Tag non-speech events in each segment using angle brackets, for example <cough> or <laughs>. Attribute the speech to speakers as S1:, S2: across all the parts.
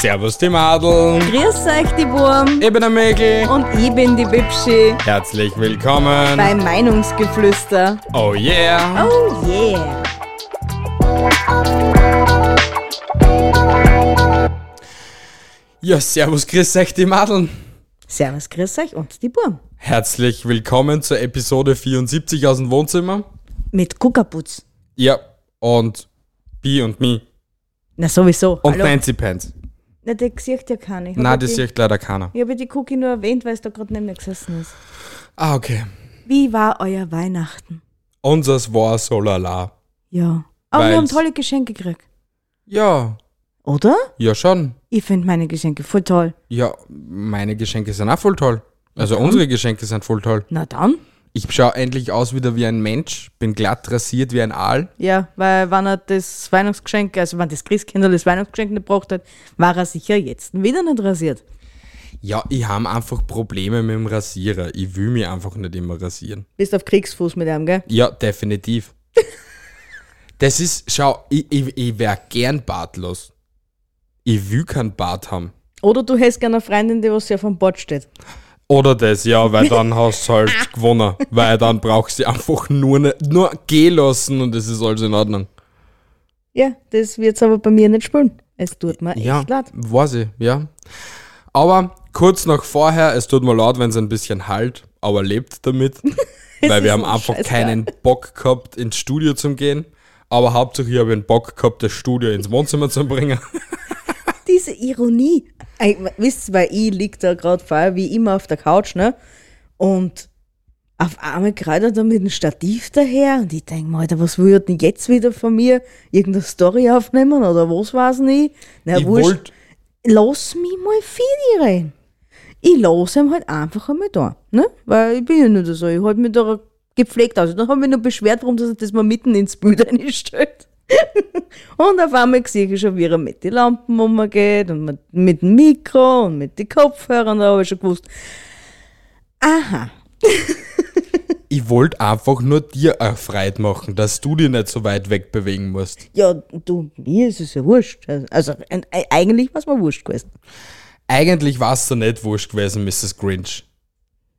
S1: Servus die Madeln,
S2: Grüß euch, die Wurm.
S1: ich bin der Mäkel.
S2: Und ich bin die Bibschi
S1: Herzlich willkommen.
S2: bei Meinungsgeflüster.
S1: Oh yeah.
S2: Oh yeah.
S1: Ja, servus, grüß euch die Madeln.
S2: Servus, grüß euch und die Wurm.
S1: Herzlich willkommen zur Episode 74 aus dem Wohnzimmer.
S2: Mit Kuckaputz.
S1: Ja, und B und Me
S2: Na sowieso.
S1: und
S2: Hallo.
S1: Nancy Pants.
S2: Na, der sieht ja keiner. Ich hab ja
S1: Nein, das
S2: die-
S1: sieht leider keiner.
S2: Ich habe ja die Cookie nur erwähnt, weil es da gerade neben mir gesessen ist.
S1: Ah, okay.
S2: Wie war euer Weihnachten?
S1: Unseres war so lala.
S2: Ja. Aber
S1: Weil's-
S2: wir haben tolle Geschenke gekriegt.
S1: Ja,
S2: Oder?
S1: ja schon.
S2: Ich finde meine Geschenke voll toll.
S1: Ja, meine Geschenke sind auch voll toll. Also unsere Geschenke sind voll toll.
S2: Na dann?
S1: Ich schaue endlich aus wieder wie ein Mensch, bin glatt rasiert wie ein Aal.
S2: Ja, weil wenn er das Weihnachtsgeschenk, also wenn das Christkindl das Weihnachtsgeschenk nicht gebraucht hat, war er sicher jetzt wieder nicht rasiert.
S1: Ja, ich habe einfach Probleme mit dem Rasierer. Ich will mich einfach nicht immer rasieren.
S2: Bist auf Kriegsfuß mit einem, gell?
S1: Ja, definitiv. das ist, schau, ich, ich, ich wäre gern bartlos. Ich will keinen Bart haben.
S2: Oder du hast gerne eine Freundin, die was ja vom Bord steht.
S1: Oder das, ja, weil dann hast du halt gewonnen. Weil dann brauchst du einfach nur, ne, nur gehen lassen und das ist alles in Ordnung.
S2: Ja, das wird's aber bei mir nicht spielen. Es tut mir
S1: Ja,
S2: echt leid.
S1: weiß ich, ja. Aber kurz noch vorher, es tut mir leid, wenn es ein bisschen halt, aber lebt
S2: <laughs>
S1: damit. weil wir
S2: ist
S1: haben
S2: ein
S1: einfach
S2: Scheiß,
S1: keinen Bock gehabt, ins Studio zu gehen. Aber hauptsächlich habe ich einen Bock gehabt, das Studio ins Wohnzimmer zu
S2: <laughs>
S1: bringen.
S2: Diese Ironie. Ey, Wisst ihr, weil ich lieg da gerade vor, wie immer auf der Couch, ne? Und auf einmal gerade da mit dem Stativ daher und ich denke mir, Alter, was will denn jetzt wieder von mir? Irgendeine Story aufnehmen oder was weiß ich? Na,
S1: ich
S2: wurscht.
S1: wollte,
S2: lass mich mal Fini rein. Ich lasse ihn halt einfach einmal da. Ne? Weil ich bin ja nicht so, ich halte mich da gepflegt aus. Dann habe ich mich noch beschwert, warum dass er das mal mitten ins Bild reinstellt. <laughs> und auf einmal sehe ich schon, wie er mit den Lampen umgeht und mit, mit dem Mikro und mit den Kopfhörern. Da habe ich schon gewusst, aha,
S1: ich wollte einfach nur dir erfreut machen, dass du dich nicht so weit weg bewegen musst.
S2: ja, du, mir ist es ja wurscht. Also äh, eigentlich war es mir wurscht gewesen.
S1: Eigentlich war es dir nicht wurscht gewesen, Mrs. Grinch.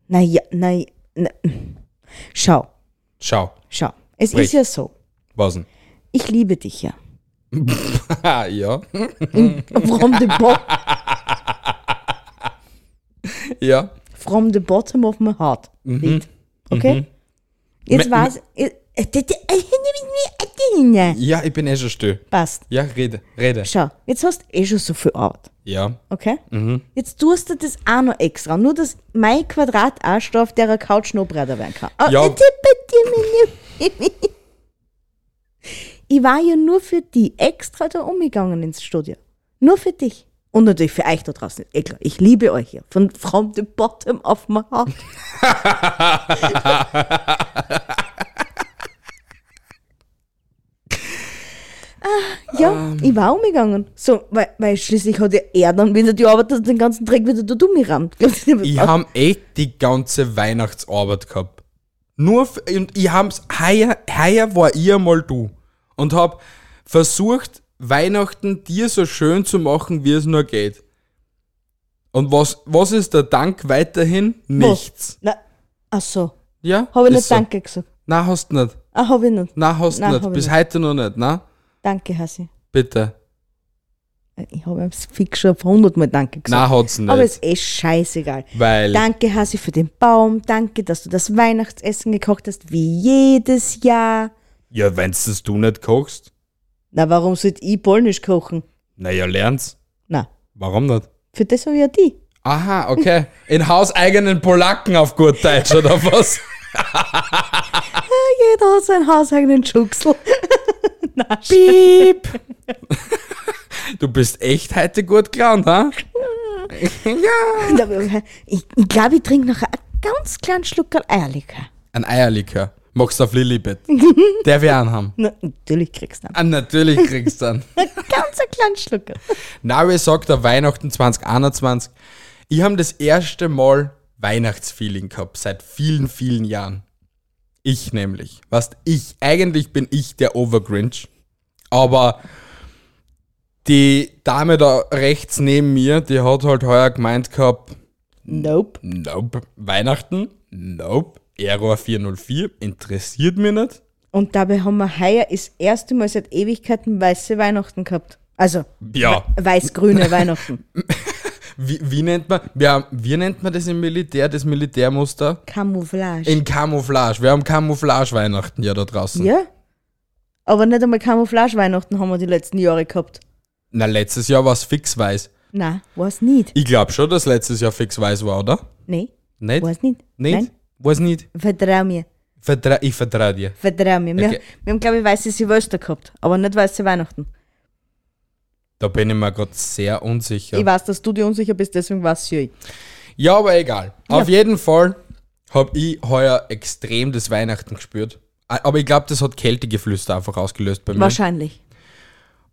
S2: Naja, naja, na, schau,
S1: Schau,
S2: schau. Es
S1: Sprich.
S2: ist ja so,
S1: was denn? <laughs>
S2: ich liebe dich ja.
S1: Ah, ja.
S2: From the, bo
S1: <laughs> Ja.
S2: from the bottom of my heart. Lied. Okay? Jetzt
S1: Mhm.
S2: äh,
S1: Me-
S2: war's.
S1: Ja, ich bin eh schon still.
S2: Passt.
S1: Ja, rede, rede.
S2: Schau, jetzt hast du eh schon so viel Arbeit.
S1: Ja.
S2: Okay?
S1: Mhm.
S2: Jetzt tust du das auch noch extra. Nur, dass mein Quadrat auch schon auf der Couch noch breiter werden kann. Ah,
S1: Ja.
S2: äh, tipp, <laughs> tipp, tipp. Ich war ja nur für die extra da umgegangen ins Studio. Nur für dich. Und natürlich für euch da draußen. Eh klar, ich liebe euch hier. Von from the bottom of my
S1: <laughs>
S2: heart. Ah, Ja,
S1: Ähm.
S2: ich war umgegangen. So, weil, weil schließlich hat ja er dann wieder die Arbeit, dass er den ganzen Dreck wieder da dumm <laughs> gerammt.
S1: Ich habe echt die ganze Weihnachtsarbeit gehabt. Nur, f- und ich hab's, heuer, heuer war ich einmal du. Und hab versucht, Weihnachten dir so schön zu machen, wie es nur geht. Und was, was ist der Dank weiterhin? Nichts.
S2: Na, ach so,
S1: Ja?
S2: habe ich
S1: ist
S2: nicht Danke gesagt.
S1: Nein, hast nicht.
S2: Ah, habe ich nicht.
S1: Nein, hast
S2: Nein, hab
S1: nicht.
S2: ich
S1: Bis
S2: nicht.
S1: heute noch nicht, ne?
S2: Danke, Hasi.
S1: Bitte.
S2: Ich habe ihm fix schon auf 100 Mal Danke gesagt.
S1: Nein, hat's nicht.
S2: Aber es ist eh scheißegal.
S1: weil,
S2: Danke, Hasi, für den Baum. Danke, dass du das Weihnachtsessen gekocht hast, wie jedes Jahr.
S1: ja, wenn's das du nicht kochst,
S2: Na, warum sollte ich polnisch kochen?
S1: naja, lern's.
S2: Na,
S1: Warum nicht?
S2: für das habe ich ja die.
S1: Aha, okay. In hauseigenen Polacken auf gut Deutsch, oder was?
S2: Jeder hat seinen hauseigenen Schuxel. <laughs>
S1: Piep! Du bist echt heute gut gelaunt, ha? ja.
S2: Ich glaube, ich, glaub, ich trinke noch einen ganz kleinen Schluck Eierlikör.
S1: Ein Eierlikör. Machst du auf Lilibet. Der wir anhaben.
S2: Na, natürlich kriegst du einen.
S1: Ah, natürlich kriegst du einen.
S2: einen
S1: <laughs>
S2: ganz kleinen Schluck.
S1: Navi sagt der Weihnachten 2021. Ich habe das erste Mal Weihnachtsfeeling gehabt, seit vielen, vielen Jahren. Ich nämlich. Was ich, eigentlich bin ich der Overgrinch. Aber die Dame da rechts neben mir, die hat halt heuer gemeint gehabt,
S2: Nope.
S1: nope, Weihnachten, nope, Error 404, interessiert mich nicht.
S2: Und dabei haben wir heuer das erste Mal seit Ewigkeiten weiße Weihnachten gehabt. Also
S1: Ja. <laughs>
S2: weiß-grüne Weihnachten.
S1: Wie, wie nennt man, ja, wie nennt man das im Militär, das Militärmuster?
S2: Camouflage.
S1: In Camouflage. Wir haben Camouflage-Weihnachten ja da draußen.
S2: ja? Aber nicht einmal Camouflage-Weihnachten haben wir die letzten Jahre gehabt.
S1: Na, letztes Jahr war es fix weiß.
S2: Na, war's nicht.
S1: Ich glaube schon, dass letztes Jahr fix weiß war, oder?
S2: Nee,
S1: Nicht?
S2: war's nicht.
S1: Nicht?
S2: Nein,
S1: Weiß nicht.
S2: vertrau mir.
S1: Verdra ich vertrau dir.
S2: Vertrau mir. Wir,
S1: Okay.
S2: wir haben, glaube ich, weiße Silvester gehabt, aber nicht weiße Weihnachten.
S1: Da bin ich mir gerade sehr unsicher.
S2: Ich weiß, dass du dir unsicher bist, deswegen weiß ich. ja eh.
S1: Ja, aber egal. Auf jeden Fall habe ich heuer extrem das Weihnachten gespürt. Aber ich glaube, das hat Kältegeflüster einfach ausgelöst bei mir.
S2: Wahrscheinlich.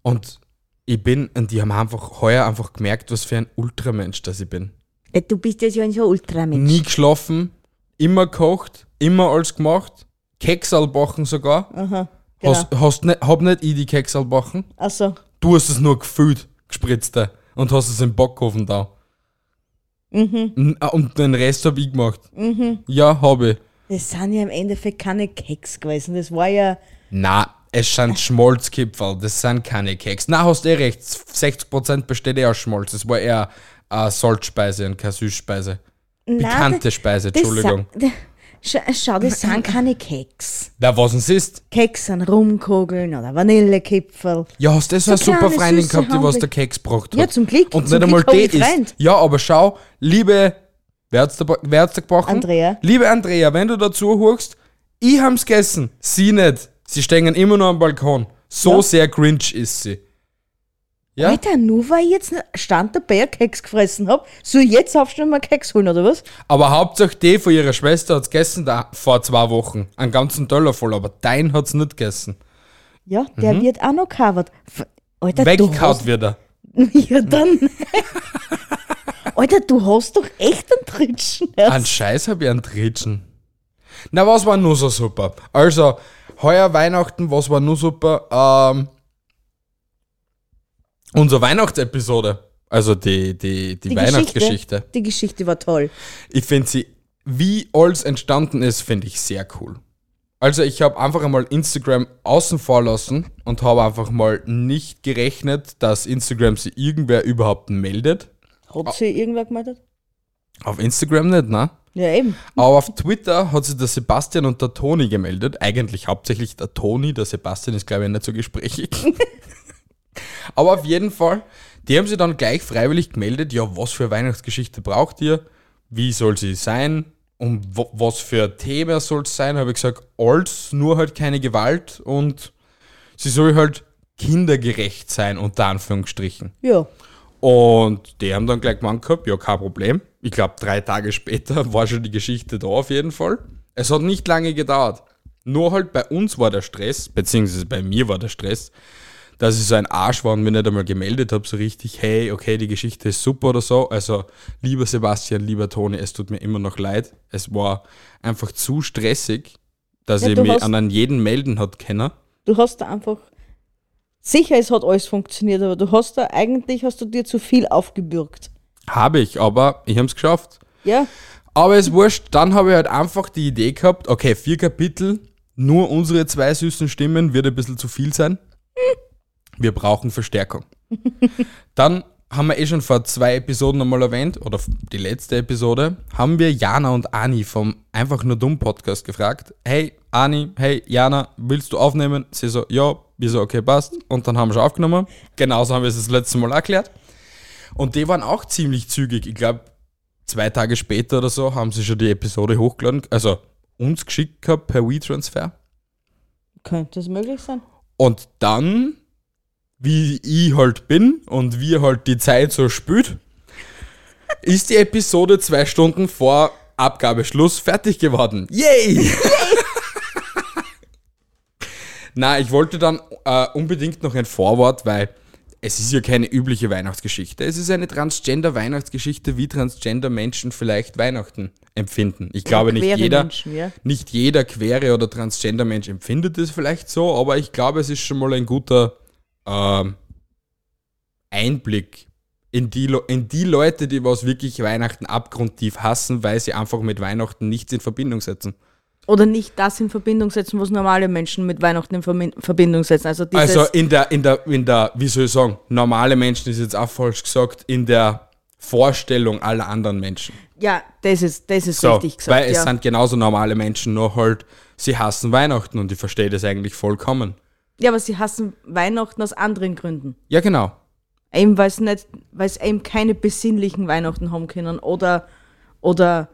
S1: Und ich bin, und die haben einfach heuer einfach gemerkt, was für ein Ultramensch das ich bin.
S2: Äh, Du bist ja so ein so Ultraman.
S1: Nie geschlafen, immer gekocht, immer alles gemacht, Keksal backen sogar.
S2: genau.
S1: Hast, hast ne, hab nicht ich die Keksal backen,
S2: Also,
S1: du hast es nur gefüllt, gespritzte, und hast es im Backofen da. Mhm. Und den Rest hab ich gemacht. Mhm. Ja, habe ich.
S2: das sind ja im Endeffekt keine Keks gewesen. Das war ja.
S1: Na, es sind Schmolzkipferl, das sind keine Keks. Na, hast eh recht, 60% besteht eh aus Schmolz. Das war eher eine Salzspeise und keine Süßspeise. Bekannte Speise,
S2: das
S1: Entschuldigung.
S2: <laughs> sind- Schau, schau, das sind keine Keks.
S1: Na, was es ist?
S2: Keks sind Rumkugeln oder Vanillekipferl.
S1: Ja, hast du so eine super
S2: kleine,
S1: Freundin
S2: süße
S1: gehabt, die was
S2: Handel-
S1: der Keks gebracht hat?
S2: Ja, zum Glück,
S1: Und
S2: zum
S1: nicht einmal
S2: Glück hab
S1: die
S2: ich Freund.
S1: ist. Ja, aber schau, liebe, wer hat's da, wer hat's da gebrochen?
S2: Andrea.
S1: Liebe Andrea, wenn du dazu hörst, ich hab's gegessen, sie nicht. Sie stehen immer noch am Balkon. So
S2: Ja.
S1: sehr cringe ist sie. Ja?
S2: Alter, nur weil ich jetzt nicht stand dabei ein Keks gefressen hab, soll ich jetzt aufstehen und mal einen Keks holen, oder was?
S1: Aber hauptsächlich die von ihrer Schwester hat's gegessen da vor zwei Wochen. Einen ganzen Teller voll, aber dein hat's nicht gegessen.
S2: Ja, der
S1: Mhm.
S2: wird auch noch covered. F- Alter, du
S1: Weggekaut
S2: hast,
S1: wird Mhm. er.
S2: <laughs> Ja, dann. Alter, du hast doch echt einen Trittschmerz.
S1: An Scheiß hab ich einen Tritschen. Na, was war nur so super? Also, heuer Weihnachten, was war nur super? Ähm, unsere Weihnachtsepisode. Also die, die, die, Weihnachtsgeschichte.
S2: Die Geschichte war toll.
S1: Ich finde sie, wie alles entstanden ist, finde ich sehr cool. Also ich habe einfach einmal Instagram außen vor lassen und habe einfach mal nicht gerechnet, dass Instagram sie irgendwer überhaupt meldet.
S2: Hat sie irgendwer gemeldet?
S1: Auf Instagram nicht, ne?
S2: Ja, eben.
S1: Aber auf Twitter hat sich der Sebastian und der Toni gemeldet. Eigentlich hauptsächlich der Toni. Der Sebastian ist, glaube ich, nicht so gesprächig. <laughs> Aber auf jeden Fall, die haben sich dann gleich freiwillig gemeldet. Ja, was für Weihnachtsgeschichte braucht ihr? Wie soll sie sein? Um wo, was für ein Thema soll es sein? Habe ich gesagt, alles, nur halt keine Gewalt und sie soll halt kindergerecht sein, unter Anführungsstrichen.
S2: Ja.
S1: Und die haben dann gleich gemeint gehabt, ja, kein Problem. Ich glaube, drei Tage später <laughs> war schon die Geschichte da auf jeden Fall. Es hat nicht lange gedauert. Nur halt bei uns war der Stress, beziehungsweise bei mir war der Stress, dass ich so ein Arsch war und mir nicht einmal gemeldet habe, so richtig, hey, okay, die Geschichte ist super oder so. Also, lieber Sebastian, lieber Toni, es tut mir immer noch leid. Es war einfach zu stressig, dass
S2: Ja,
S1: ich
S2: du
S1: mich
S2: hast-
S1: an einen jeden melden hat können.
S2: Du hast da einfach. Sicher, es hat alles funktioniert, aber du hast da eigentlich hast du dir zu viel aufgebürgt.
S1: Habe ich, aber ich habe es geschafft.
S2: Ja?
S1: Aber es wurscht, dann habe ich halt einfach die Idee gehabt, okay, vier Kapitel, nur unsere zwei süßen Stimmen wird ein bisschen zu viel sein. Wir brauchen Verstärkung. Dann haben wir eh schon vor zwei Episoden einmal erwähnt, oder die letzte Episode, haben wir Jana und Ani vom Einfach nur dumm Podcast gefragt. Hey, Ani, hey, Jana, willst du aufnehmen? Sie so, ja, wir so, okay, passt. Und dann haben wir schon aufgenommen. Genauso haben wir es das letzte Mal erklärt. Und die waren auch ziemlich zügig. Ich glaube, zwei Tage später oder so haben sie schon die Episode hochgeladen, also uns geschickt gehabt per WeTransfer.
S2: Könnte es möglich sein?
S1: Und dann, wie ich halt bin und wir halt die Zeit so spürt, ist die Episode zwei Stunden vor Abgabeschluss fertig geworden. Yay! <laughs> Na, ich wollte dann äh, unbedingt noch ein Vorwort, weil es ist ja keine übliche Weihnachtsgeschichte. Es ist eine Transgender-Weihnachtsgeschichte, wie Transgender-Menschen vielleicht Weihnachten empfinden. Ich glaube nicht
S2: queere
S1: jeder,
S2: Menschen, ja.
S1: nicht jeder queere oder Transgender-Mensch empfindet es vielleicht so, aber ich glaube, es ist schon mal ein guter ähm, Einblick in die, Le- in die Leute, die was wirklich Weihnachten abgrundtief hassen, weil sie einfach mit Weihnachten nichts in Verbindung setzen.
S2: Oder nicht das in Verbindung setzen, was normale Menschen mit Weihnachten in Vermin- Verbindung setzen. Also dieses,
S1: Also in der, in der, in der, wie soll ich sagen, normale Menschen ist jetzt auch falsch gesagt, in der Vorstellung aller anderen Menschen.
S2: ja, das ist, das ist
S1: So,
S2: richtig gesagt.
S1: weil es
S2: ja.
S1: sind genauso normale Menschen, nur halt, sie hassen Weihnachten und ich verstehe das eigentlich vollkommen.
S2: ja, aber sie hassen Weihnachten aus anderen Gründen.
S1: Ja, genau.
S2: Eben weil sie nicht, weil sie eben keine besinnlichen Weihnachten haben können oder, oder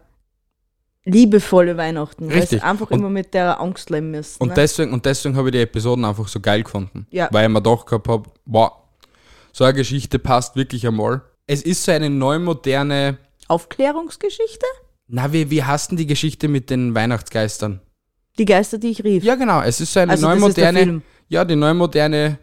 S2: liebevolle Weihnachten. Weil sie
S1: Richtig.
S2: einfach
S1: Und-
S2: immer mit der Angst leben müssen.
S1: Und
S2: ne?
S1: deswegen, und deswegen habe ich die Episoden einfach so geil gefunden.
S2: Ja.
S1: Weil ich mir gedacht gehabt habe, wow, so eine Geschichte passt wirklich einmal. Es ist so eine neu moderne,
S2: Aufklärungsgeschichte?
S1: na, wie, wie hassen die Geschichte mit den Weihnachtsgeistern?
S2: Die Geister, die ich rief.
S1: Ja, genau, es ist so eine
S2: Also
S1: neu
S2: das ist der
S1: moderne,
S2: Film.
S1: ja, die neu moderne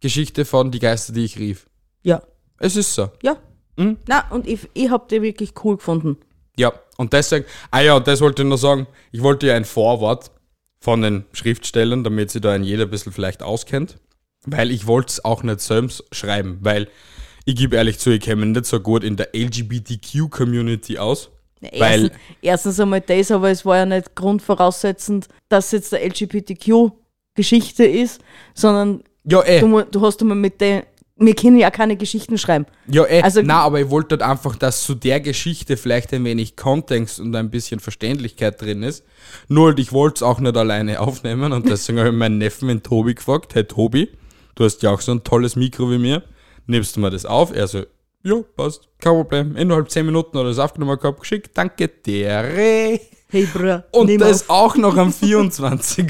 S1: Geschichte von Die Geister, die ich rief.
S2: Ja.
S1: Es ist so.
S2: Ja.
S1: Mhm.
S2: Na, und ich, ich hab die wirklich cool gefunden.
S1: Ja, und deswegen, ah ja, und das wollte ich nur sagen, ich wollte ja ein Vorwort von den Schriftstellern, damit sie da in jeder ein bisschen vielleicht auskennt, weil ich wollte es auch nicht selbst schreiben, weil ich gebe ehrlich zu, ich kenne mich nicht so gut in der LGBTQ-Community aus, weil,
S2: erstens, erstens einmal das, aber es war ja nicht grundvoraussetzend, dass jetzt der LGBTQ-Geschichte ist, sondern
S1: ja eh,
S2: du, mu- du hast immer mit den, wir können ja keine Geschichten schreiben.
S1: ja eh,
S2: also-
S1: also, na, aber ich wollte halt einfach, dass zu der Geschichte vielleicht ein wenig Kontext und ein bisschen Verständlichkeit drin ist, nur halt, ich wollte es auch nicht alleine aufnehmen und deswegen habe ich meinen Neffen, den Tobi, gefragt, hey Tobi, du hast ja auch so ein tolles Mikro wie mir, nimmst du mir das auf? Er so, ja, passt, kein Problem. Innerhalb 10 Minuten hat er das aufgenommen gehabt, geschickt, danke, Dere.
S2: Hey Bruder,
S1: Und
S2: nimm
S1: das
S2: auf.
S1: auch noch
S2: <laughs>
S1: am 24.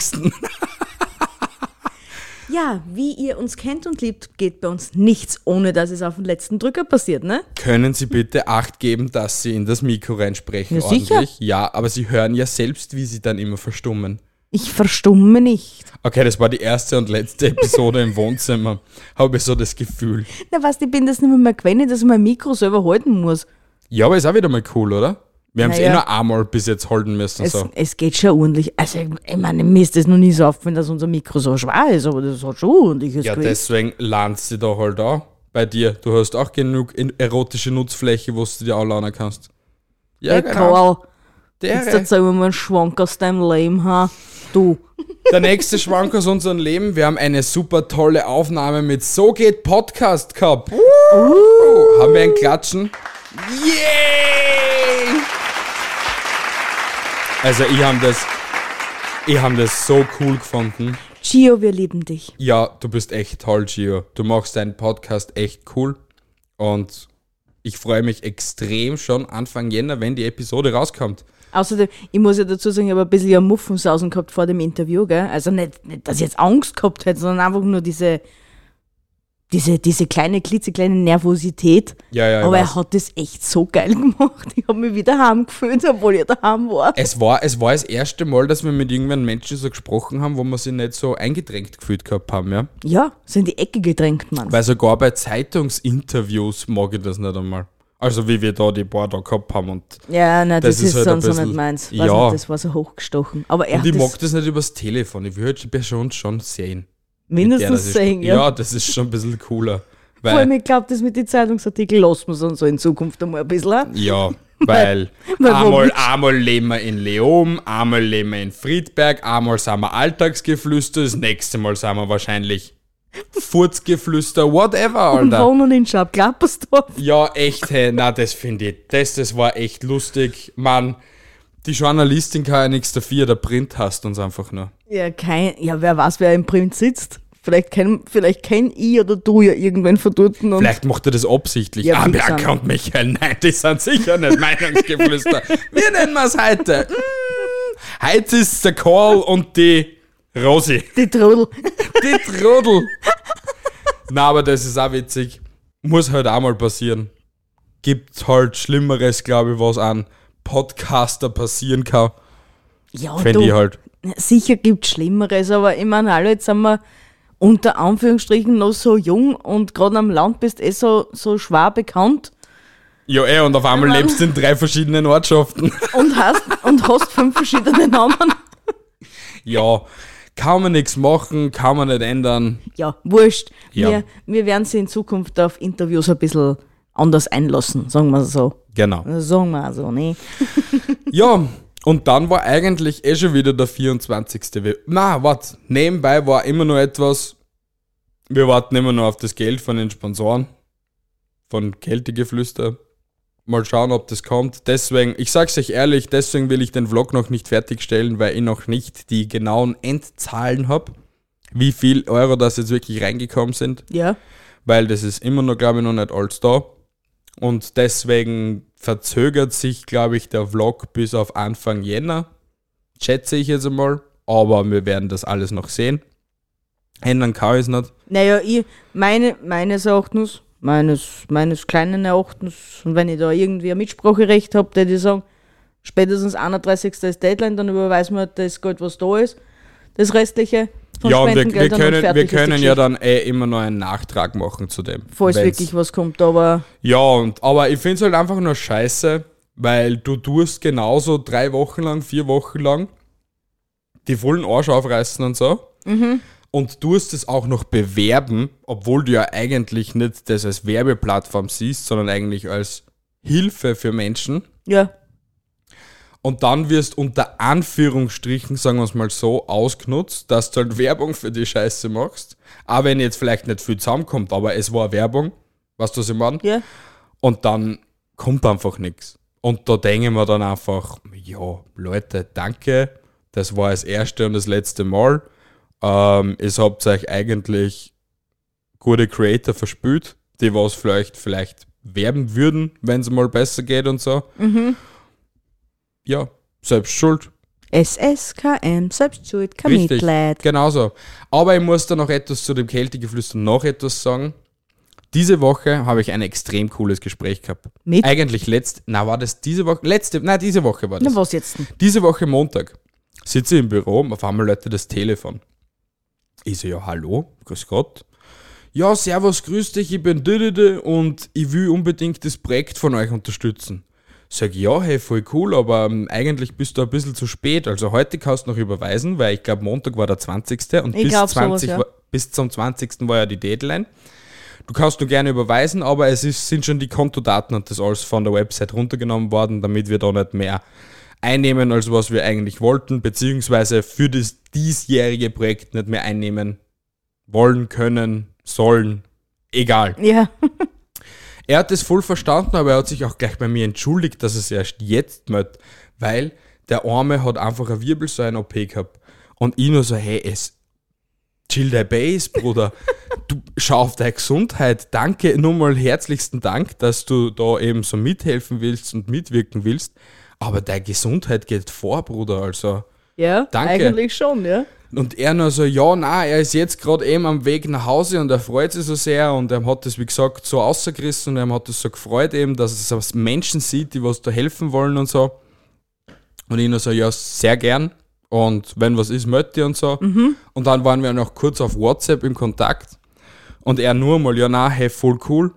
S2: Ja, wie ihr uns kennt und liebt, geht bei uns nichts, ohne dass es auf den letzten Drücker passiert, ne?
S1: Können Sie bitte Acht geben, dass Sie in das Mikro reinsprechen
S2: Ja, sicher.
S1: Ja, aber Sie hören ja selbst, wie Sie dann immer verstummen.
S2: Ich verstumme nicht.
S1: Okay, das war die erste und letzte Episode im Wohnzimmer. Habe ich so das Gefühl.
S2: Na was, ich bin das nicht mehr, mehr gewöhnt, dass ich mein Mikro selber halten muss.
S1: Ja, aber ist auch wieder mal cool, oder? Wir haben es eh
S2: Naja.
S1: nur einmal bis jetzt halten müssen.
S2: Es,
S1: So.
S2: es geht schon ordentlich. Also, ich, ich meine, mir ist das noch nie so aufgefallen, dass unser Mikro so schwer ist, aber das hat schon ordentlich
S1: Ja, deswegen lernst du da halt auch bei dir. Du hast auch genug in- erotische Nutzfläche, wo du dir auch lernen kannst. Ja, genau.
S2: Ja, Karl,
S1: Der,
S2: jetzt
S1: äh,
S2: erzähl mir mal einen Schwank aus deinem Leben, ha? Du.
S1: der nächste Schwank aus unserem Leben. Wir haben eine super tolle Aufnahme mit So geht Podcast gehabt. Oh, haben wir ein Klatschen? Yay! Also, ich habe das, ich hab das so cool gefunden.
S2: Gio, wir lieben dich.
S1: Ja, du bist echt toll, Gio. Du machst deinen Podcast echt cool. Und ich freue mich extrem schon Anfang Jänner, wenn die Episode rauskommt.
S2: Außerdem, ich muss ja dazu sagen, ich habe ein bisschen einen Muffensausen gehabt vor dem Interview, gell? Also nicht, nicht, dass ich jetzt Angst gehabt hätte, sondern einfach nur diese, diese, diese kleine, klitzekleine Nervosität.
S1: Ja, ja, ich
S2: Aber
S1: weiß.
S2: er hat das echt so geil <laughs> gemacht. Ich habe mich wieder heimgefühlt, obwohl ich daheim war.
S1: Es war, es war das erste Mal, dass wir mit irgendwelchen Menschen so gesprochen haben, wo wir sie nicht so eingedrängt gefühlt gehabt haben, ja.
S2: Ja, so in die Ecke gedrängt, Mann.
S1: Weil sogar bei Zeitungsinterviews mag ich das nicht einmal. Also wie wir da die paar da gehabt haben und,
S2: Ja, nein, das,
S1: Das ist
S2: ist
S1: halt ein
S2: sonst noch nicht
S1: bisschen-
S2: meins. Weiß
S1: Ja.
S2: nicht, das war so hochgestochen. Aber er
S1: und
S2: hat
S1: ich
S2: das
S1: mag das nicht übers Telefon. Ich würde bei schon schon sehen. Ja, das
S2: mindestens
S1: ist,
S2: sehen.
S1: ja.
S2: Ja.
S1: das ist schon ein bisschen cooler.
S2: Vor allem,
S1: Weil,
S2: ich glaube, das mit den Zeitungsartikeln lassen wir uns so in Zukunft einmal ein bisschen. auch.
S1: ja, weil,
S2: <laughs> weil wo
S1: einmal,
S2: willst-
S1: einmal leben wir in Leom, einmal leben wir in Friedberg, einmal sind wir Alltagsgeflüster, das nächste Mal sind wir wahrscheinlich Furzgeflüster, whatever,
S2: Und
S1: Alter.
S2: wohnen in Schabklappersdorf.
S1: Ja, echt, hey, na, das finde ich, das, das war echt lustig. Mann, die Journalistin kann ja nichts dafür, der Print hasst uns einfach nur.
S2: Ja, kein, ja, wer weiß, wer im Print sitzt. Vielleicht kenn, vielleicht kenn ich oder du ja irgendwann von dort. und-
S1: Vielleicht macht er das absichtlich.
S2: Ja,
S1: Ja, ah,
S2: fix
S1: Bianca
S2: an.
S1: und Michael, nein, die sind sicher nicht Meinungsgeflüster. Wir nennen wir's heute. Mm, heute ist der Karl und die Rosi.
S2: Die Trudel.
S1: Die Trudel. na, aber das ist auch witzig. Muss halt auch mal passieren. gibt's halt Schlimmeres, glaube ich, was an Podcaster passieren kann.
S2: Ja,
S1: Fände ich halt.
S2: sicher gibt es Schlimmeres, aber ich meine, alle jetzt sind wir unter Anführungsstrichen noch so jung und gerade am Land bist eh so, so schwer bekannt
S1: Ja, eh, und auf einmal
S2: Mann.
S1: lebst du in drei verschiedenen Ortschaften. <laughs>
S2: und hast, und hast fünf verschiedene Namen.
S1: ja, kann man nichts machen, kann man nicht ändern.
S2: Ja, wurscht.
S1: Ja.
S2: Wir, wir werden sie in Zukunft auf Interviews ein bisschen anders einlassen, sagen wir so.
S1: Genau.
S2: Sagen wir so, ne?
S1: Ja, und dann war eigentlich eh schon wieder der 24. We- Na, was? Nebenbei war immer nur etwas. Wir warten immer noch auf das Geld von den Sponsoren. Von Kältegeflüster. Mal schauen, ob das kommt. Deswegen, ich sag's euch ehrlich, deswegen will ich den Vlog noch nicht fertigstellen, weil ich noch nicht die genauen Endzahlen hab Wie viel Euro das jetzt wirklich reingekommen sind
S2: Ja.
S1: weil das ist immer noch, glaube ich, noch nicht alles da. Und deswegen verzögert sich, glaube ich, der Vlog bis auf Anfang Jänner. Schätze ich jetzt einmal. Aber wir werden das alles noch sehen. Ändern kann ich es nicht.
S2: Naja, ich, meine, meines Erachtens, meines, meines kleinen Erachtens, und wenn ich da irgendwie ein Mitspracherecht habe, der die sagen, spätestens 31. ist Deadline, dann überweisen wir das Geld, was da ist, das restliche von
S1: ja, und wir, wir
S2: Spendengeldern
S1: können,
S2: fertig
S1: wir
S2: ist die
S1: können ja
S2: Geschichte.
S1: dann eh immer noch einen Nachtrag machen zu dem.
S2: Falls
S1: wenn's-
S2: wirklich was kommt, aber
S1: Ja, und, aber ich finde es halt einfach nur scheiße, weil du tust genauso drei Wochen lang, vier Wochen lang die vollen Arsch aufreißen und so. Und tust es auch noch bewerben, obwohl du ja eigentlich nicht das als Werbeplattform siehst, sondern eigentlich als Hilfe für Menschen.
S2: ja,
S1: Und dann wirst unter Anführungsstrichen, sagen wir es mal so, ausgenutzt, dass du halt Werbung für die Scheiße machst. Auch wenn jetzt vielleicht nicht viel zusammenkommt, aber es war Werbung. Weißt du, was ich meine?
S2: ja.
S1: Und dann kommt einfach nichts. Und da denken wir dann einfach, ja, Leute, danke. Das war das erste und das letzte Mal. Ähm, es habt euch eigentlich gute Creator verspült, die was vielleicht, vielleicht werben würden, wenn es mal besser geht und so. Ja, selbst schuld.
S2: SSKM, Selbstschuld, kein
S1: Richtig.
S2: Mitleid.
S1: Genauso. Aber ich muss da noch etwas zu dem Kältegeflüster noch etwas sagen. Diese Woche habe ich ein extrem cooles Gespräch gehabt.
S2: Mit?
S1: Eigentlich letzt, na war das diese Woche, letzte, nein, diese Woche war das.
S2: Na,
S1: <laughs>
S2: was jetzt? denn?
S1: Diese Woche Montag sitze ich im Büro, auf einmal läutet das Telefon. Ich so, ja, hallo, grüß Gott. Ja, servus, grüß dich, ich bin Düdüdü und ich will unbedingt das Projekt von euch unterstützen. Sag, ja, hey, voll cool, aber ähm, eigentlich bist du ein bisschen zu spät. Also heute kannst du noch überweisen, weil ich glaube, Montag war der 20. und
S2: Ich
S1: bis,
S2: glaub, sowas,
S1: 20
S2: ja.
S1: war, bis zum 20. war ja die Deadline. Du kannst nur gerne überweisen, aber es ist, sind schon die Kontodaten und das alles von der Website runtergenommen worden, damit wir da nicht mehr einnehmen, als was wir eigentlich wollten, beziehungsweise für das diesjährige Projekt nicht mehr einnehmen wollen, können, sollen. Egal.
S2: Ja,
S1: Er hat es voll verstanden, aber er hat sich auch gleich bei mir entschuldigt, dass er es erst jetzt meldet, weil der Arme hat einfach eine Wirbelsäulen-OP gehabt. Und ich nur so, hey, es chill dein Base, Bruder. Du schau auf deine Gesundheit. Danke, nochmal herzlichsten Dank, dass du da eben so mithelfen willst und mitwirken willst. Aber deine Gesundheit geht vor, Bruder, also.
S2: ja,
S1: Danke.
S2: eigentlich schon, ja.
S1: Und er nur so, ja, na, er ist jetzt gerade eben am Weg nach Hause und er freut sich so sehr und er hat das, wie gesagt, so rausgerissen und er hat das so gefreut eben, dass es aus Menschen sieht, die was da helfen wollen und so. Und ich nur so, ja, sehr gern und wenn was ist, möchte und so. Und dann waren wir noch kurz auf WhatsApp im Kontakt und er nur mal, ja, na, hey, voll cool,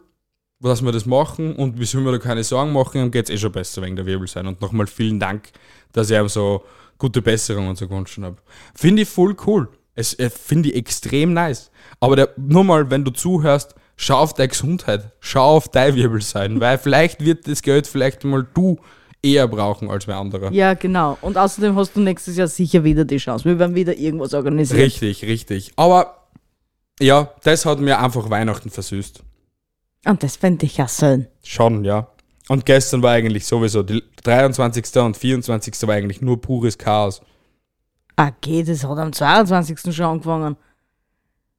S1: dass wir das machen und wieso wir da keine Sorgen machen, ihm geht's eh schon besser wegen der Wirbel sein. Und nochmal vielen Dank, dass ich ihm so gute Besserung und so gewünscht habe. Finde ich voll cool. Es äh, finde ich extrem nice. Aber der, nur mal, wenn du zuhörst, schau auf deine Gesundheit, schau auf dein Wirbel sein, weil <laughs> vielleicht wird das Geld vielleicht mal du eher brauchen als wer anderer.
S2: Ja, genau. Und außerdem hast du nächstes Jahr sicher wieder die Chance. Wir werden wieder irgendwas organisieren.
S1: Richtig, richtig. Aber ja, das hat mir einfach Weihnachten versüßt.
S2: Und das fände ich ja schön.
S1: Schon, ja. Und gestern war eigentlich sowieso, die 23. und 24. war eigentlich nur pures Chaos.
S2: Ah, geh, das hat am 22. schon angefangen.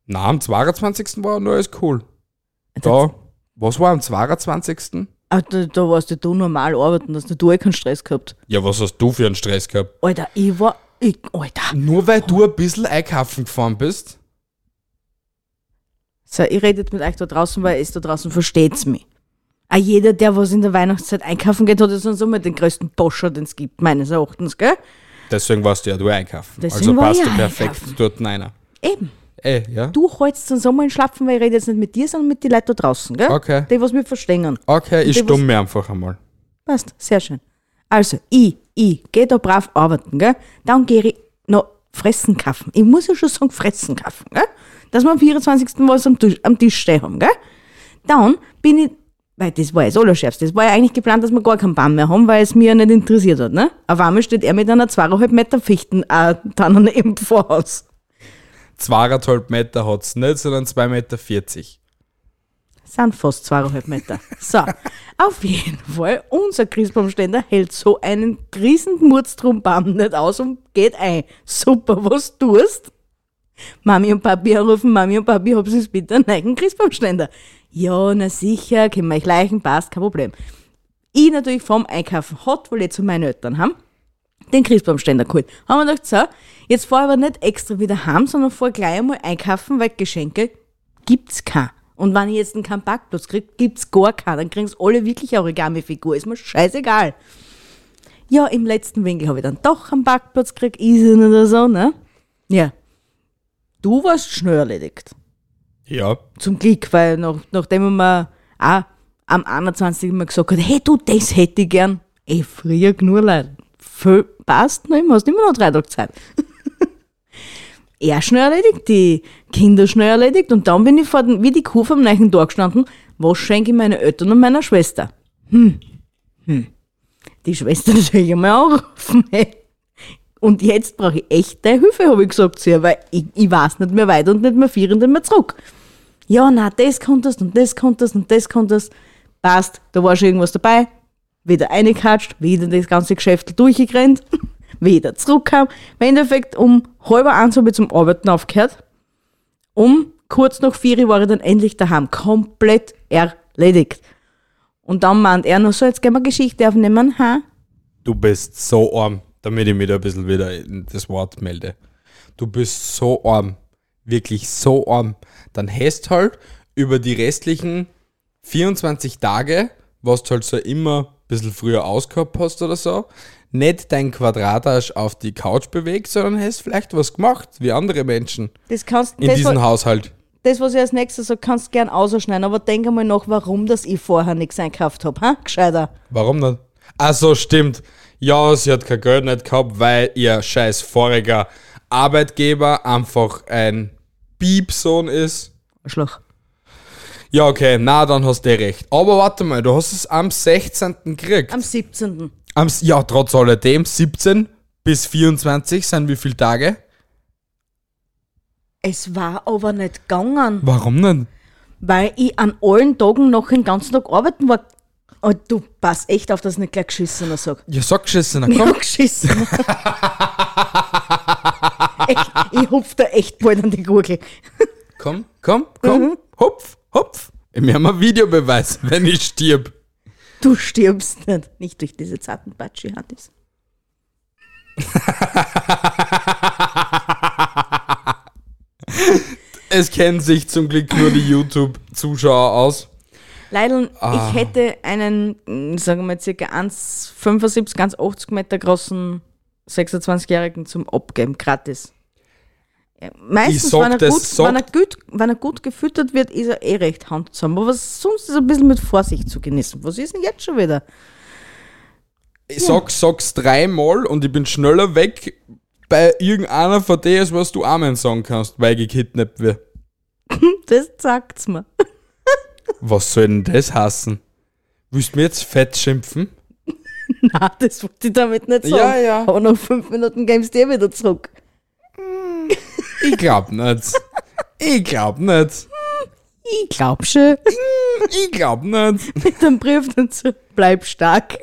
S1: Na, am 22. war nur alles cool.
S2: Das-
S1: Da, was war am 22.?
S2: Ah, da, da warst du normal arbeiten, hast du eh keinen Stress gehabt.
S1: Ja, was hast du für einen Stress gehabt?
S2: Alter, ich war. Ich, Alter.
S1: Nur weil du ein bisschen einkaufen gefahren bist?
S2: So, ich rede jetzt mit euch da draußen, weil es da draußen versteht's mich. Auch jeder, der was in der Weihnachtszeit einkaufen geht, hat ja sonst immer den größten Toscher, den es gibt, meines Erachtens, gell?
S1: Deswegen warst du ja du einkaufen. also
S2: Deswegen war
S1: passt
S2: ich
S1: du perfekt
S2: einkaufen.
S1: dort einer.
S2: Eben.
S1: Ey, Eh, ja?
S2: Du hältst den Sommer in Schlapfen, weil ich rede jetzt nicht mit dir, sondern mit den Leuten da draußen, gell?
S1: Okay.
S2: Die, was mir verstehen.
S1: Okay, ich
S2: Die, was-
S1: stumm mir einfach einmal.
S2: Passt, sehr schön. Also, ich, ich gehe da brav arbeiten, gell? Dann gehe ich noch fressen kaufen. Ich muss ja schon sagen, fressen kaufen, gell? Dass wir am 24. was am Tisch, am Tisch stehen haben, gell? Dann bin ich, weil das war ja das Allerschärfste, das war ja eigentlich geplant, dass wir gar keinen Baum mehr haben, weil es mir ja nicht interessiert hat, ne? Auf einmal steht er mit einer zweieinhalb Meter Fichten, äh, dann <laughs> eben voraus.
S1: Zweieinhalb Meter hat es nicht, sondern 2,40 Meter. vierzig.
S2: sind fast zweieinhalb Meter. So, auf jeden Fall, unser Christbaumständer hält so einen riesen Murztrumbaum nicht aus und geht ein. Super, was tust? Mami und Papi anrufen, Mami und Papi, habt ihr bitte einen neuen Christbaumständer? Ja, na sicher, können wir euch leichen, passt, kein Problem. Ich natürlich vom Einkaufen hat, weil ich zu meinen Eltern haben, den Christbaumständer geholt. Haben wir gedacht, so, jetzt fahr ich aber nicht extra wieder heim, sondern fahr gleich einmal einkaufen, weil Geschenke gibt's kein. Und wenn ich jetzt einen keinen Parkplatz krieg, gibt's gar keinen. Dann kriegen's alle wirklich eine Origami-Figur. Ist mir scheißegal. Ja, im letzten Winkel habe ich dann doch einen Parkplatz gekriegt, easy oder so, ne? Ja. Du warst schnell erledigt.
S1: Ja.
S2: Zum Glück, weil nach, nachdem man auch am 21. Mal gesagt hat, hey du, das hätte ich gern. Ey, früher nur leid. Voll- Passt noch immer, hast immer noch drei Tage Zeit. <laughs> er schnell erledigt, die Kinder schnell erledigt und dann bin ich vor den, wie die Kuh vom neuen Tor gestanden, was schenke ich meinen Eltern und meiner Schwester? Hm, hm. Die Schwester natürlich einmal anrufen. Hey. Und jetzt brauche ich echte Hilfe, habe ich gesagt zu ihr, weil ich, ich weiß nicht mehr weiter und nicht mehr vier und nicht mehr zurück ja, na, das konntest und das konntest und das konntest. Passt, da war schon irgendwas dabei. Wieder reingekatscht, wieder das ganze Geschäft durchgerannt, <laughs> wieder zurückkam. Im Endeffekt um halber eins habe ich zum Arbeiten aufgehört. Um kurz nach vier war ich dann endlich daheim. Komplett erledigt. Und dann meint er noch so, jetzt gehen wir Geschichte aufnehmen. Ha?
S1: Du bist so arm, damit ich mich da ein bisschen wieder in das Wort melde. Du bist so arm. Wirklich so arm. Dann hast halt über die restlichen 24 Tage, was du halt so immer ein bisschen früher ausgehabt hast oder so, nicht dein Quadratarsch auf die Couch bewegt, sondern hast vielleicht was gemacht, wie andere Menschen
S2: Das kannst
S1: in
S2: das,
S1: diesem
S2: wa-
S1: Haushalt.
S2: das, was ich als nächstes sage, kannst du gern ausschneiden, aber denk einmal nach, warum das ich vorher nichts einkauft habe. Ha? Gescheiter.
S1: Warum nicht? Ach so, stimmt. Ja, sie hat kein Geld nicht gehabt, weil ihr scheiß voriger Arbeitgeber einfach ein Piepsohn ist.
S2: Schlag.
S1: Ja, okay, na, dann hast du eh recht. Aber warte mal, du hast es am 16. gekriegt.
S2: Am 17.
S1: Am, s- ja, trotz alledem, 17 bis 24 sind wie viele Tage?
S2: Es war aber nicht gegangen,
S1: Warum nicht?
S2: weil ich an allen Tagen noch den ganzen Tag arbeiten war. Oh, du pass echt auf, dass ich nicht gleich geschissener sag.
S1: Ja, sag geschissen,
S2: Ich
S1: komm.
S2: hab geschissen. <laughs> echt, ich hupf da echt bald an die Gurgel.
S1: Komm, komm, komm. Hupf, hupf. Wir haben einen Videobeweis, <laughs> wenn ich stirb.
S2: Du stirbst nicht. Nicht durch diese zarten Batschi-Handys.
S1: Es kennen sich zum Glück nur die YouTube-Zuschauer aus.
S2: Leider,
S1: Ah.
S2: ich hätte einen, mh, sagen wir mal, circa 1,75, 1,80 Meter großen 26-Jährigen zum Abgeben, gratis. Ja, Meistens,
S1: Ich sag
S2: wenn, er
S1: das,
S2: gut,
S1: sag-
S2: wenn, er gut, wenn er gut gefüttert wird, ist er eh recht handsam. Aber sonst ist ein bisschen mit Vorsicht zu genießen. Was ist denn jetzt schon wieder?
S1: Ich sag, sag's dreimal und ich bin schneller weg bei irgendeiner von dir, als was du Amen sagen kannst, weil ich gekidnappt wird.
S2: Das sagt's mir. <laughs>
S1: Was soll denn das heißen? Willst du mir jetzt fett schimpfen?
S2: Nein, das wollte ich damit nicht sagen.
S1: Ja, ja.
S2: Aber nach fünf Minuten gibst du eh wieder zurück.
S1: Ich glaub nicht. Ich glaub nicht.
S2: Ich glaub schon. <laughs>
S1: Ich glaub nicht.
S2: Mit dem Brief dazu. Bleib stark.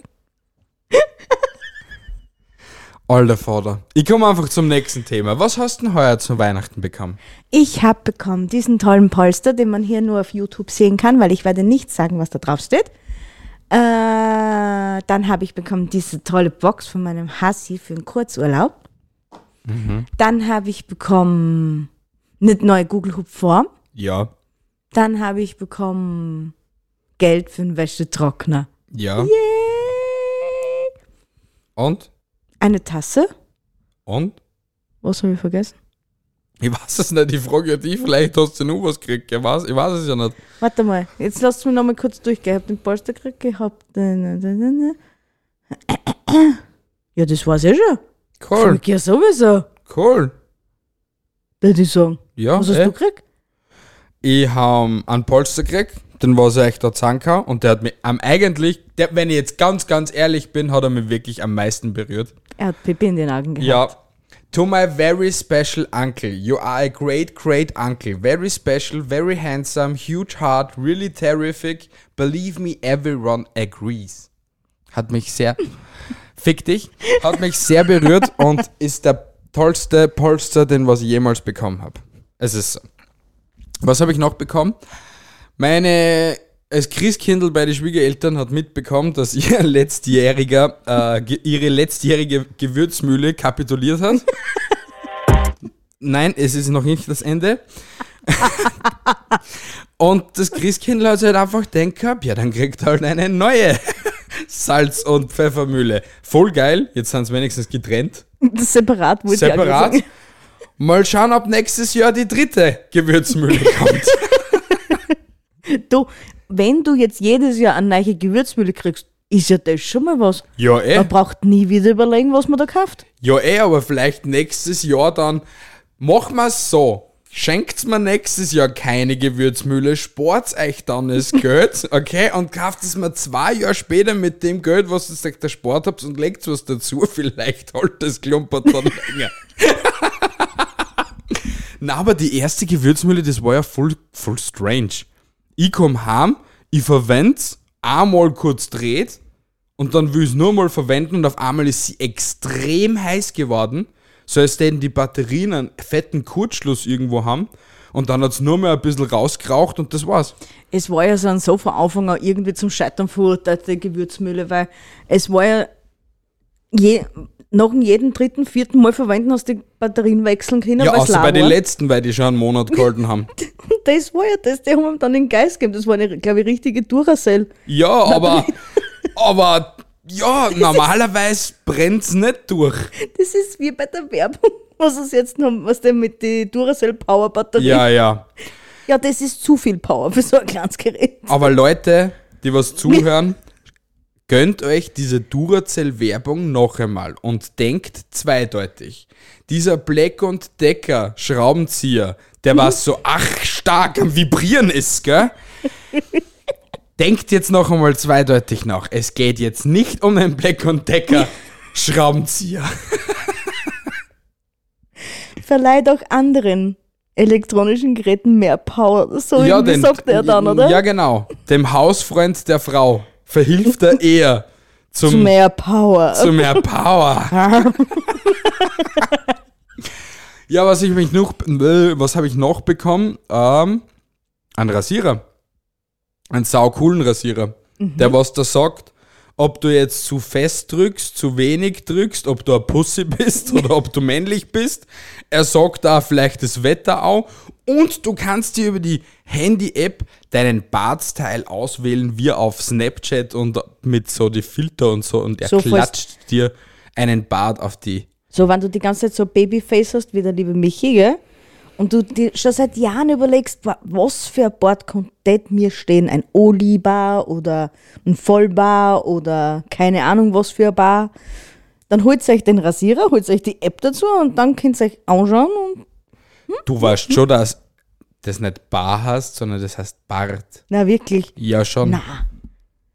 S1: Alter Vater. Ich komme einfach zum nächsten Thema. Was hast du denn heuer zu Weihnachten bekommen?
S2: Ich habe bekommen diesen tollen Polster, den man hier nur auf YouTube sehen kann, weil ich werde nicht sagen, was da drauf steht. Äh, dann habe ich bekommen diese tolle Box von meinem Hassi für einen Kurzurlaub. Dann habe ich bekommen eine neue Google Hub Form.
S1: Ja.
S2: Dann habe ich bekommen Geld für einen Wäschetrockner.
S1: Ja.
S2: Yay!
S1: Und?
S2: Eine Tasse?
S1: Und?
S2: Was habe ich vergessen?
S1: Ich weiß es nicht, ich frage ja dich, vielleicht hast du noch was gekriegt. Ich weiß, ich weiß es ja nicht.
S2: Warte mal, jetzt lasst mich noch mal kurz durchgehen. Ich habe den Polster gekriegt, ich äh, habe... Ja, das war's eh schon.
S1: Cool,
S2: Ich ja sowieso,
S1: cool.
S2: würde ich sagen.
S1: Ja,
S2: Was hast
S1: eh.
S2: du gekriegt?
S1: Ich habe einen Polster gekriegt, den war so echt der Zanker und der hat mich am eigentlich, der, wenn ich jetzt ganz, ganz ehrlich bin, hat er mich wirklich am meisten berührt.
S2: Er hat Pipi in den Augen gehabt.
S1: Ja. To my very special uncle. You are a great, great uncle. Very special, very handsome, huge heart, really terrific. Believe me, everyone agrees. Hat mich sehr. Fick dich. Hat mich sehr berührt und ist der tollste Polster, den was ich jemals bekommen habe. Es ist so. Was habe ich noch bekommen? Meine, als Christkindl bei den Schwiegereltern hat mitbekommen, dass ihr <laughs> letztjähriger, äh, ge- ihre letztjährige Gewürzmühle kapituliert hat. Nein, es ist noch nicht das Ende. <laughs> und das Christkindl hat sich halt einfach denkt gehabt, ja, dann kriegt er halt eine neue <laughs> Salz- und Pfeffermühle. Voll geil, jetzt sind es wenigstens getrennt.
S2: <laughs> Das separat wollte ich auch
S1: Separat.
S2: nicht sagen.
S1: Mal schauen, ob nächstes Jahr die dritte Gewürzmühle kommt.
S2: Du, wenn du jetzt jedes Jahr eine neue Gewürzmühle kriegst, ist ja das schon mal was.
S1: <laughs> ja, eh.
S2: Man braucht nie wieder überlegen, was man da kauft.
S1: Ja, eh, aber vielleicht nächstes Jahr dann machen wir's so. Schenkt's mir nächstes Jahr keine Gewürzmühle, sport's euch dann das Geld, okay? Und kauft es mir zwei Jahre später mit dem Geld, was ihr sagt, der Sport habt und legt was dazu. <laughs> Vielleicht halt das Klumpert dann länger. Na, aber die erste Gewürzmühle, das war ja voll, voll strange. Ich komm heim, ich verwend's, einmal kurz dreht, und dann will ich es nur mal verwenden und auf einmal ist sie extrem heiß geworden, so als denn die Batterien einen fetten Kurzschluss irgendwo haben und dann hat es nur mehr ein bisschen rausgeraucht und das war's.
S2: Es war ja so ein so von Anfang an irgendwie zum Scheitern verurteilte Gewürzmühle, weil es war ja je, nach jedem dritten, vierten Mal verwenden hast du die Batterien wechseln können,
S1: ja,
S2: weil es
S1: außer
S2: leer
S1: bei den
S2: war.
S1: letzten, weil die schon einen Monat gehalten <laughs> haben.
S2: Das war ja das, die haben ihm dann den Geist gegeben. Das war eine, glaube ich, richtige Duracell.
S1: Ja, aber, aber, ja, normalerweise brennt's nicht durch.
S2: Das ist wie bei der Werbung, <laughs> was es jetzt haben, was denn mit die Duracell Power Batterie.
S1: Ja, ja.
S2: ja, das ist zu viel Power für so ein kleines Gerät.
S1: Aber Leute, die was zuhören, gönnt euch diese Duracell-Werbung noch einmal und denkt zweideutig. Dieser Black und Decker Schraubenzieher, der was so ach stark am Vibrieren ist,
S2: <laughs>
S1: gell? Denkt jetzt noch einmal zweideutig nach. Es geht jetzt nicht um den Black und Decker Schraubenzieher.
S2: Verleiht auch anderen elektronischen Geräten mehr Power. <laughs> So irgendwie
S1: den-
S2: sagt er dann, oder?
S1: Ja, genau. Dem Hausfreund der Frau verhilft er eher
S2: Zu
S1: zum,
S2: mehr Power.
S1: zu mehr Power. ja, was ich mich noch, äh, was habe ich noch bekommen? Ähm, ein Rasierer. Ein saucoolen Rasierer. Der was da sagt, ob du jetzt zu fest drückst, zu wenig drückst, ob du ein Pussy bist oder ob du männlich bist. Er sagt da vielleicht das Wetter auch. Und du kannst dir über die Handy-App deinen Bartstyle auswählen, wie auf Snapchat und mit so die Filter und so. Und er
S2: So, falls-
S1: klatscht dir einen Bart auf die.
S2: So, wenn du die ganze Zeit so ein Babyface hast, wie der liebe Michi, gell? Und du dir schon seit Jahren überlegst, wa- was für ein Bord könnte mir stehen? Ein Oli-Bar oder ein Vollbar oder keine Ahnung was für ein Bar. Dann holt euch den Rasierer, holt euch die App dazu und dann könnt ihr euch anschauen und,
S1: Du weißt schon, dass das nicht Bar heißt, sondern das heißt Bart.
S2: na wirklich,
S1: Ja, schon.
S2: na,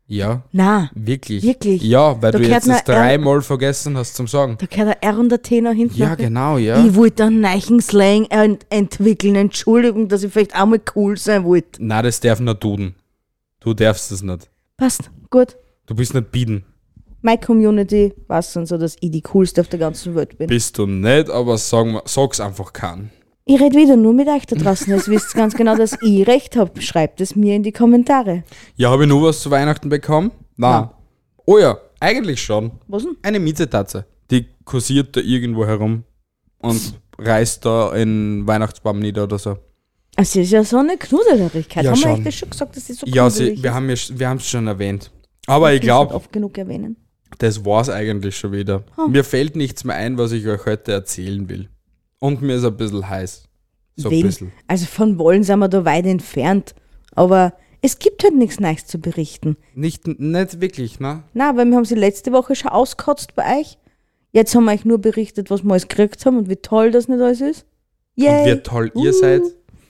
S1: Ja.
S2: na.
S1: Wirklich?
S2: Wirklich?
S1: Ja, weil
S2: Da
S1: du
S2: gehört
S1: jetzt das
S2: noch ein-
S1: dreimal vergessen hast zum Sagen.
S2: Da gehört ein R und ein T nach hinten.
S1: Ja,
S2: Nach-
S1: genau, ja.
S2: Ich wollte einen neuen Slang ent entwickeln. Entschuldigung, dass ich vielleicht einmal cool sein wollte.
S1: Na, das darf nur tun. Du darfst das nicht.
S2: Passt, gut.
S1: Du bist nicht bieden.
S2: meine Community weiß dann so, dass ich die coolste auf der ganzen Welt bin.
S1: Bist du nicht, aber sagen wir, sag's einfach kann.
S2: Ich rede wieder nur mit euch da draußen, jetzt wisst ihr ganz genau, dass ich recht habe. Schreibt es mir in die Kommentare.
S1: Ja, habe ich nur was zu Weihnachten bekommen? Nein.
S2: Nein.
S1: Oh ja, eigentlich schon.
S2: Was denn?
S1: Eine Mietetatze. Die
S2: <laughs> Oh,
S1: kursiert da irgendwo herum und reißt da einen Weihnachtsbaum nieder oder so.
S2: Es ist ja so eine Knuddeligkeit.
S1: Ja,
S2: haben wir
S1: schon.
S2: euch das schon gesagt, dass die so
S1: Ja,
S2: knuddelig
S1: sie, wir
S2: ist?
S1: haben es wir haben's schon erwähnt. Aber ich
S2: Ich muss nicht
S1: glaube,
S2: oft genug erwähnen.
S1: das war's eigentlich schon wieder. Mir fällt nichts mehr ein, was ich euch heute erzählen will. Und mir ist ein bisschen heiß. So ein
S2: Wem-
S1: bisschen.
S2: Also von Wollen sind wir da weit entfernt. Aber es gibt halt nichts Neues zu berichten.
S1: Nicht, nicht wirklich, ne?
S2: Na, weil wir haben sie letzte Woche schon auskotzt bei euch. Jetzt haben wir euch nur berichtet, was wir alles gekriegt haben und wie toll das nicht alles ist. Yay.
S1: Und wie toll ihr seid.